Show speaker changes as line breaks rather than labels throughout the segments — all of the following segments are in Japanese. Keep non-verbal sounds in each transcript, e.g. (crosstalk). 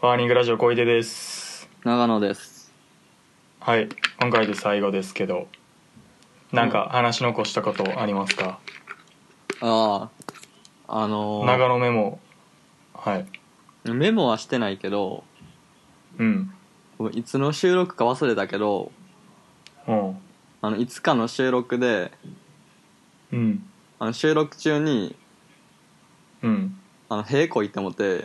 ーニングラジオ小出です
長野です
はい今回で最後ですけどなんか話し残したことありますか、
あああのー
長野メモはい
メモはしてないけど
うん
いつの収録か忘れたけど
うん
あのいつかの収録で
うん
あの収録中に
うん
あの屁こいてもて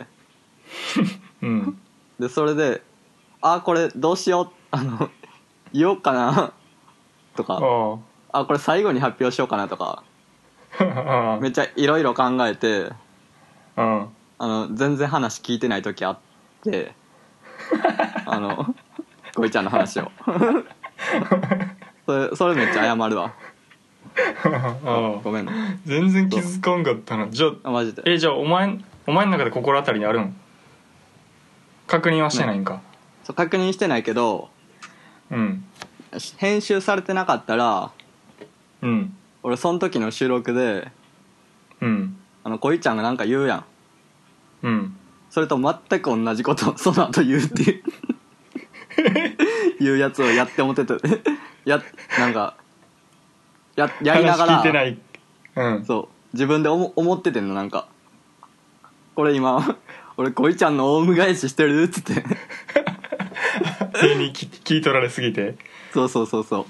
うん
でそれで「あこれどうしよう」あの (laughs) 言おうかなと
あ
か
あ
「あこれ最後に発表しようかな」とか
あ (laughs)
めっちゃいろいろ考えて
あ
あの全然話聞いてない時あってあ
(laughs)
のゴイちゃんの話をそれそれめっちゃ謝るわ
あ
ごめんな
全然気づかんかったなじゃあ
あマジで
えじゃあお前お前の中で心当たりにあるん確認はしてないんか、
そう確認してないけど
うん
編集されてなかったら
うん
俺その時の収録で
うん
あのゴイちゃんがなんか言うやん
うん
それと全く同じことをその後言うって
(laughs)
いういうやつをやってもててやなんかややりながら
話聞いてないうん
そう自分で思思っててんのなんかこれ今 (laughs) 俺ゴイちゃんのオウム返ししてるっつって (laughs)
(laughs) 急に聞聞い取られすぎて
そうそうそうそ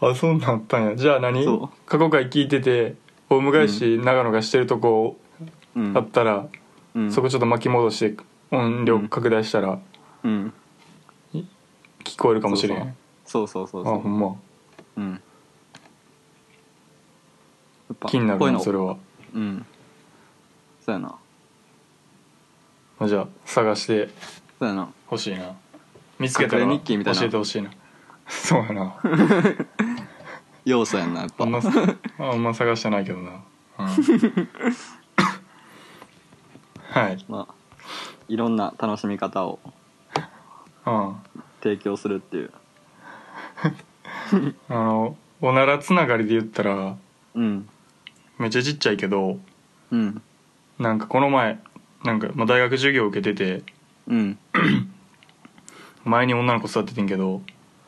う
あそんなんあったんやじゃあ何
そ
過去回聞いててオウム返し長野がしてるとこ
うん
あったら、
うん
そこちょっと巻き戻して音量拡大したら
うん
聞こえるかもしれん、
そうそうそうそ
あ
うそ
ほんま
ううんやっぱ
気にな
こうい
る
う
な
の
それは
うんそうやな
じゃあ探して
そうやな
ほしいな見つけたら
隠
教
れ日記みたいな
えてほしいな (laughs) そうや
(laughs)
な
要素やんなやっ
あ
ぱ
んまあんま探してないけどな、うん (laughs) はい、
まあいろんな楽しみ方を
うん
提供するっていう
あのおならつながりで言ったら
うん
めっちゃちっちゃいけど
うん
なんかこの前なんか、まあ、大学授業受けてて
うん
前に女の子育ててんけど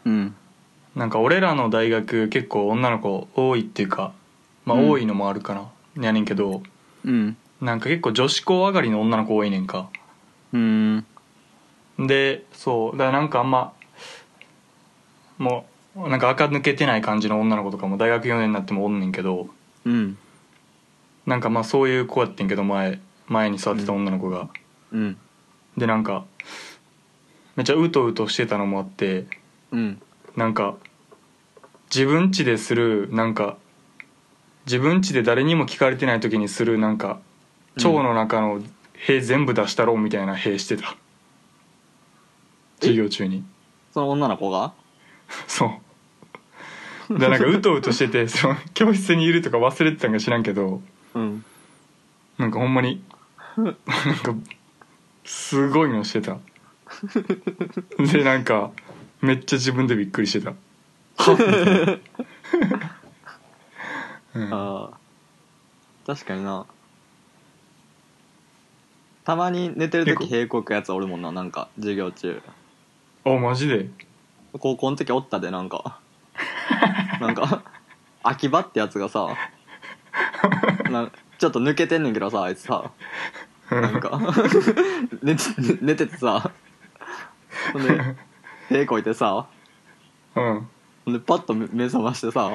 うん
なんか俺らの大学結構女の子多いっていうかまあ
うん
多いのもあるかな、やねんけど
うん
なんか結構女子校上がりの女の子多いねんか
うん
でそうだからなんかあんまもうなんか垢抜けてない感じの女の子とかも大学4年になってもおんねんけど
うん
なんかまあそういう子やってんけど前前に座ってた女の子が、
うん
でなんかめっちゃうとうとしてたのもあって
うん
なんか自分ちでするなんか自分ちで誰にも聞かれてない時にするなんか腸の中の塀全部出したろうみたいな塀してた、授業中に
その女の子が
そうでなんかうとうとしててその教室にいるとか忘れてたんか知らんけど
うん
なんかほんまになんかすごいのしてたでなんかめっちゃ自分でびっくりしてたはっみたいなうん
ああ確かになたまに寝てる時平行くやつおるもんななんか授業中
あマジで
高校の時おったでなん (laughs) かなんか秋葉ってやつが (laughs) さなんちょっと抜けてんねんけどさあいつさなん (laughs) か寝て寝ててさほん (laughs) で平行いてさ
うん
ほんでパッと目目覚ましてさ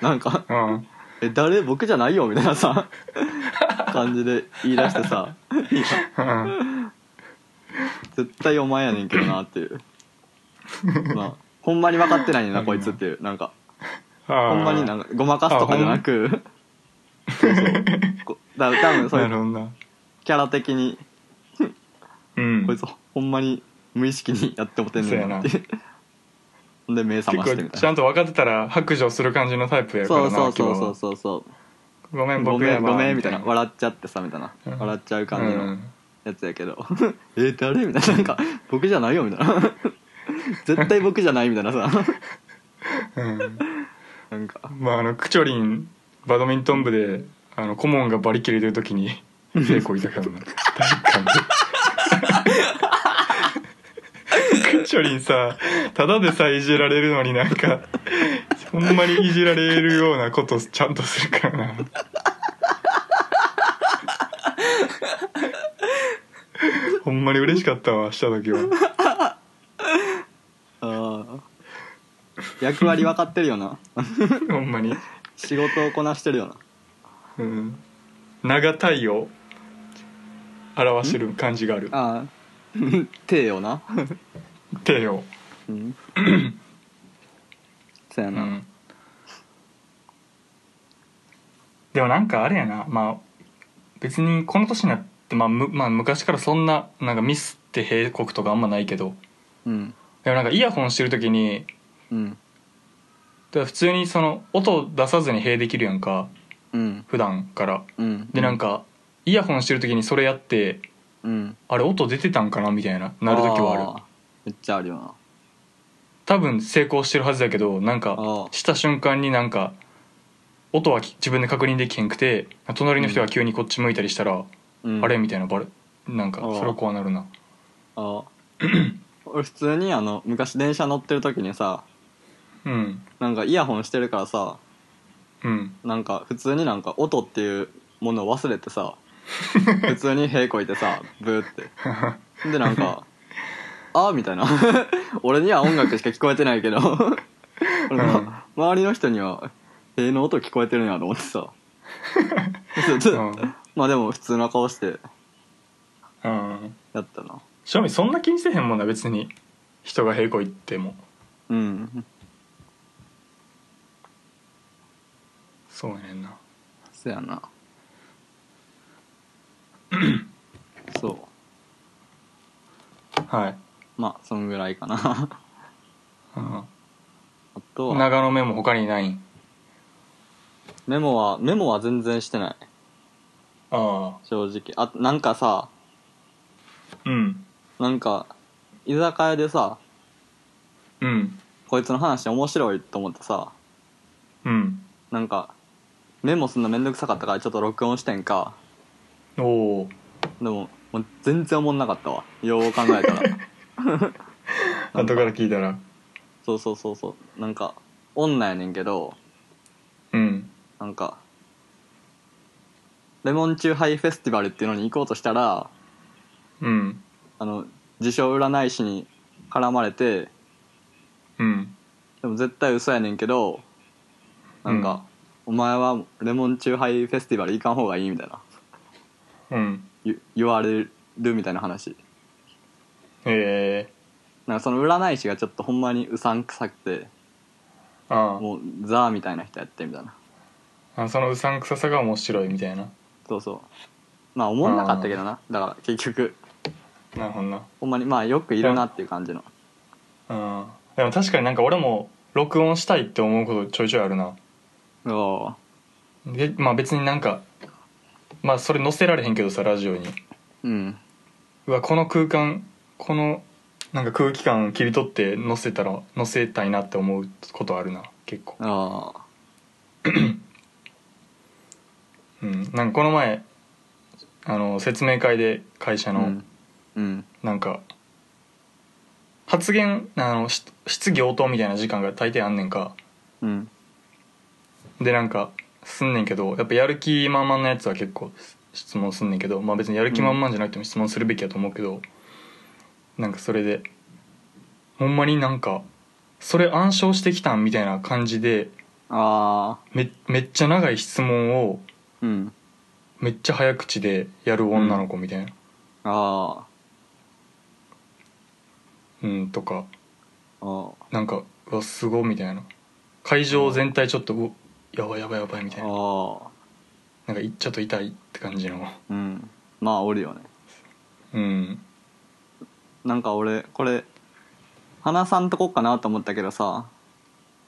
なんか
うん
え誰僕じゃないよみたいなさ感じで言い出してさいや
うん
絶対お前やねんけどなっていうまあほんまに分かってないねんなこいつっていうなんかほんまになんかごまかすとかじゃなくそうそうこだ多分そうい
なる
う
ほどな
キャラ的に
うん
こいつほんまに無意識にやってもてんねんなっていうほんで目覚まして
結
み
構
たい
ちゃ
なん
と分かってたら白状する感じのタイプやか
そ
ら
う
な
そうそう
秋葉
そ
は
うそうそう
ごめん
ご
僕
め
や
ん
わ
ごめんみたいな笑っちゃってさみたいな
うん
笑っちゃう感じ
う
の
ん
やつやけど (laughs) 「え誰?」みたいななんか「僕じゃないよ」みたいな (laughs) 「絶対僕じゃない」みたいなさ
うん
なんか
まああのクチョリンバドミントン部であの顧問がバリ切れてる時に成功いたからな体育館チョリンさただでさえいじられるのになんかほんまにいじられるようなことちゃんとするからなほんまに嬉しかったわした時は
あー役割分かってるよな
ほんまに
仕事をこなしてるよな
うん長太陽表してる感じがある
ああ (laughs) 手よな
手よ
うん (coughs) そや
う
な、
んでもなんかあれやなまあ別にこの年になって、まあ、むまあ昔からそんななんかミスって閉国とかあんまないけど
うん
でもなんかイヤホンしてる時に
うん
だから普通にその音出さずに閉できるやんか
うん
普段から
うん
でなん
か
かイヤホンしてる時にそれやって
うん
あれ音出てたんかなみたいななる時はある
ーめっちゃあるよな
多分成功してるはずだけどなん
あ
か
ー
した瞬間になんか音はき自分で確認できへんくて隣の人が急にこっち向いたりしたら、
うん
あれみたいなバレなんか
ああ
それはこうなるな
あー俺普通にあの昔電車乗ってる時にさ
うん
なんかイヤホンしてるからさ
(laughs) うん
なんか普通になんか音っていうものを忘れてさ普通に屁こいてさブーってでなんか「あー」みたいな (laughs) 俺には音楽しか聞こえてないけど俺は周りの人には塀の音聞こえてるんやと思ってさそうちょっと
うん
まあでも普通の顔して
うん
やったな
正味そんな気にせへんもんな別に人が平行行っても
うん
そうやねんな
そやなそう
はい、
まあそんぐらいかな
う
あと
ん、
は
長野目も他にないん
メモはメモは全然してない
ああ
正直あなんかさ
うん
なんか居酒屋でさ
うん
こいつの話面白いと思ってさ
うん
なんかメモすんのめんどくさかったからちょっと録音してんか
おお
でももう全然おもんなかったわよう考えたら
後から聞いたら
そうそうそうそうなんか女やねんけど
うん
なんかレモンチューハイフェスティバルっていうのに行こうとしたら
うん
あの自称占い師に絡まれて
うん
でも絶対嘘やねんけどなんか、お前はレモンチューハイフェスティバル行かん方がいい」みたいな
うん
ゆ言われるみたいな話
ええ
なんかその占い師がちょっとほんまにうさんくさくて
あ
もうザーみたいな人やってみたいな
ああそのうさんくささが面白いみたいな
そうそうまあ思んなかったけどなだから結局
なるほどな
ほんまにまあよくいるなっていう感じの
うんでも確かになんか俺も録音したいって思うことちょいちょいあるな
おー
でまあ別になんかまあそれ載せられへんけどさラジオに
うん
うわこの空間このなんか空気感切り取って載せたら載せたいなって思うことあるな結構
ああ
うんなんかこの前あの説明会で会社
う
の
んうん
なんか発言あのし質疑応答みたいな時間が大抵あんねんか
うん
でなんかすんねんけどやっぱやる気満々なやつは結構質問すんねんけどまあ別にやる気満々じゃなくても質問するべきやと思うけど、なんかそれでほんまになんかそれ暗唱してきたんみたいな感じで
ああ
めめっちゃ長い質問を
うん
めっちゃ早口でやる女の子みたいな、
あ
うん、とか
ーあ
なんかうわすごいみたいな会場全体ちょっとうやばいやばいやばいみたいな
ああ
なんかいちょっと痛いって感じの
うんまあおるよね
うん
なんか俺これ話さんとこっかなと思ったけどさ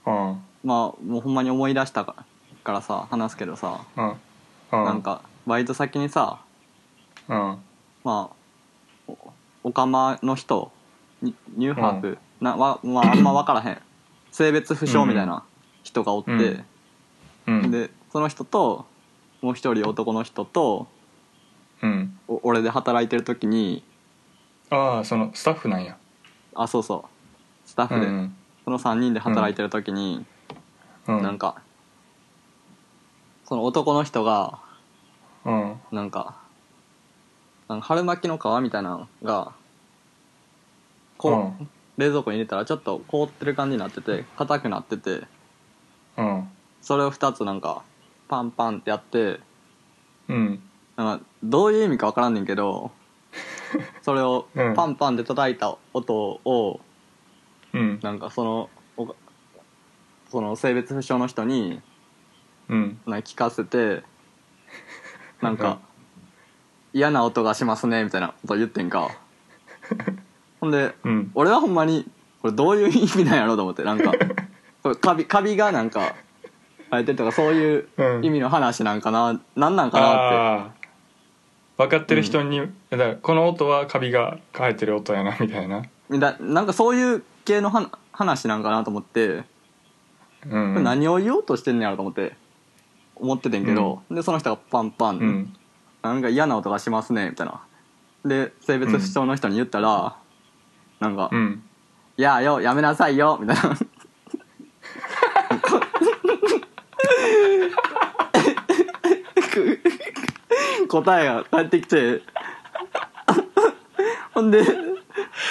あ
まあもうほんまに思い出したからからさ話すけどさ
あああああ
なんかバイト先にさ
うん
まあおおかまの人ニニューハーフ、なわまああんま分からへん性別不詳みたいな人がおって、
うんうん
でその人ともう一人男の人と
うん
お俺で働いてる時に
ああそのスタッフなんや
ああそうそうスタッフで、
うん
その3人で働いてる時に、
うん
なんかその男の人が
うん
なんかなんか春巻きの皮みたいなのがこう、
うん
冷蔵庫に入れたらちょっと凍ってる感じになってて硬くなってて
うん
それを2つなんかパンパンってやって
うん
なんかどういう意味か分からんねんけどそれを
(laughs) うん
パンパンで叩いた音を
うん
なんかそのおかその性別不詳の人に
うん
なんか聞かせてなんか嫌な音がしますねみたいなこと言ってんかほんで
うん
俺はほんまにこれどういう意味なんやろうと思ってなんかこれカビカビがなんか生えてるとかそういう
うん
意味の話なんかななんなんかなっ
ああ分かってる人に、だからこの音はカビが生えてる音やなみたいな
てだなんかそういう系のは話なんかなと思って
うん
これ何を言おうとしてんねやろと思って思っててんけど、でその人がパンパン、
うん
なんか嫌な音がしますねみたいなで性別不詳の人に言ったら、なんか「
うん
いやよやめなさいよ」みたいな答えが返ってきてほんで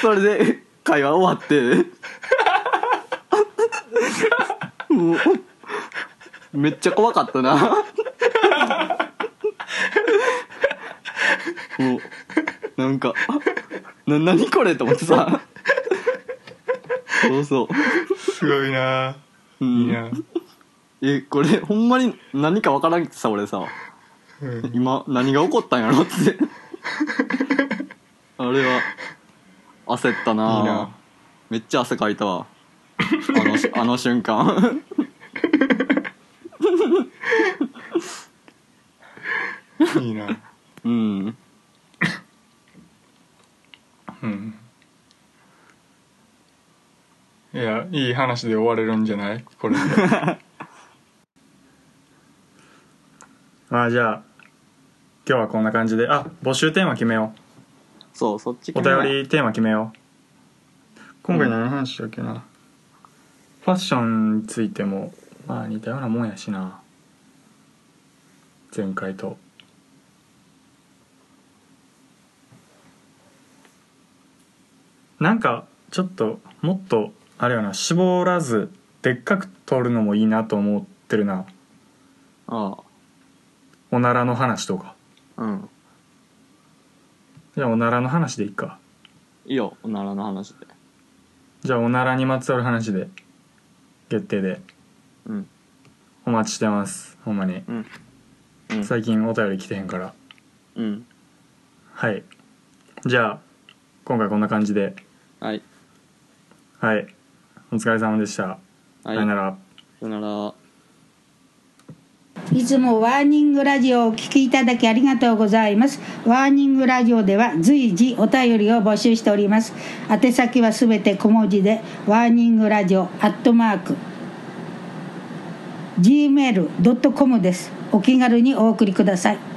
それで会話終わってもうめっちゃ怖かったなもうなんかな何これと思ってさそうそう
すごいな
うん
いいな、
えこれほんまに何かわからんくてさ俺さ
うん、
今何が起こったん
(laughs)
やろってあれは焦ったない
いな
めっちゃ汗かいたわあのあの瞬間 (laughs)
いいな
うん
うんいやいい話で終われるんじゃないこれでま (laughs) あじゃあ今日はこんな感じであ募集テーマ決めよ
そうそっち
うお
な
便りテーマ決めよう今回何の話だっけな、ファッションについてもまあ似たようなもんやしな前回となんかちょっともっとあれやな絞らずでっかく撮るのもいいなと思ってるな
あ
おならの話とか
あうん
じゃあおならの話でいいか
いいよおならの話で
じゃあおならにまつわる話で決定で
うん
お待ちしてますほんまに
うんうん
最近お便り来てへんから
うん
はいじゃあ今回こんな感じで
はい
はいお疲れ様でした、
はい
さよなら
さよなら
いつもワーニングラジオをお聞きいただきありがとうございます。ワーニングラジオでは随時お便りを募集しております。宛先はすべて小文字で、ワーニングラジオアットマーク、gmail.com です。お気軽にお送りください。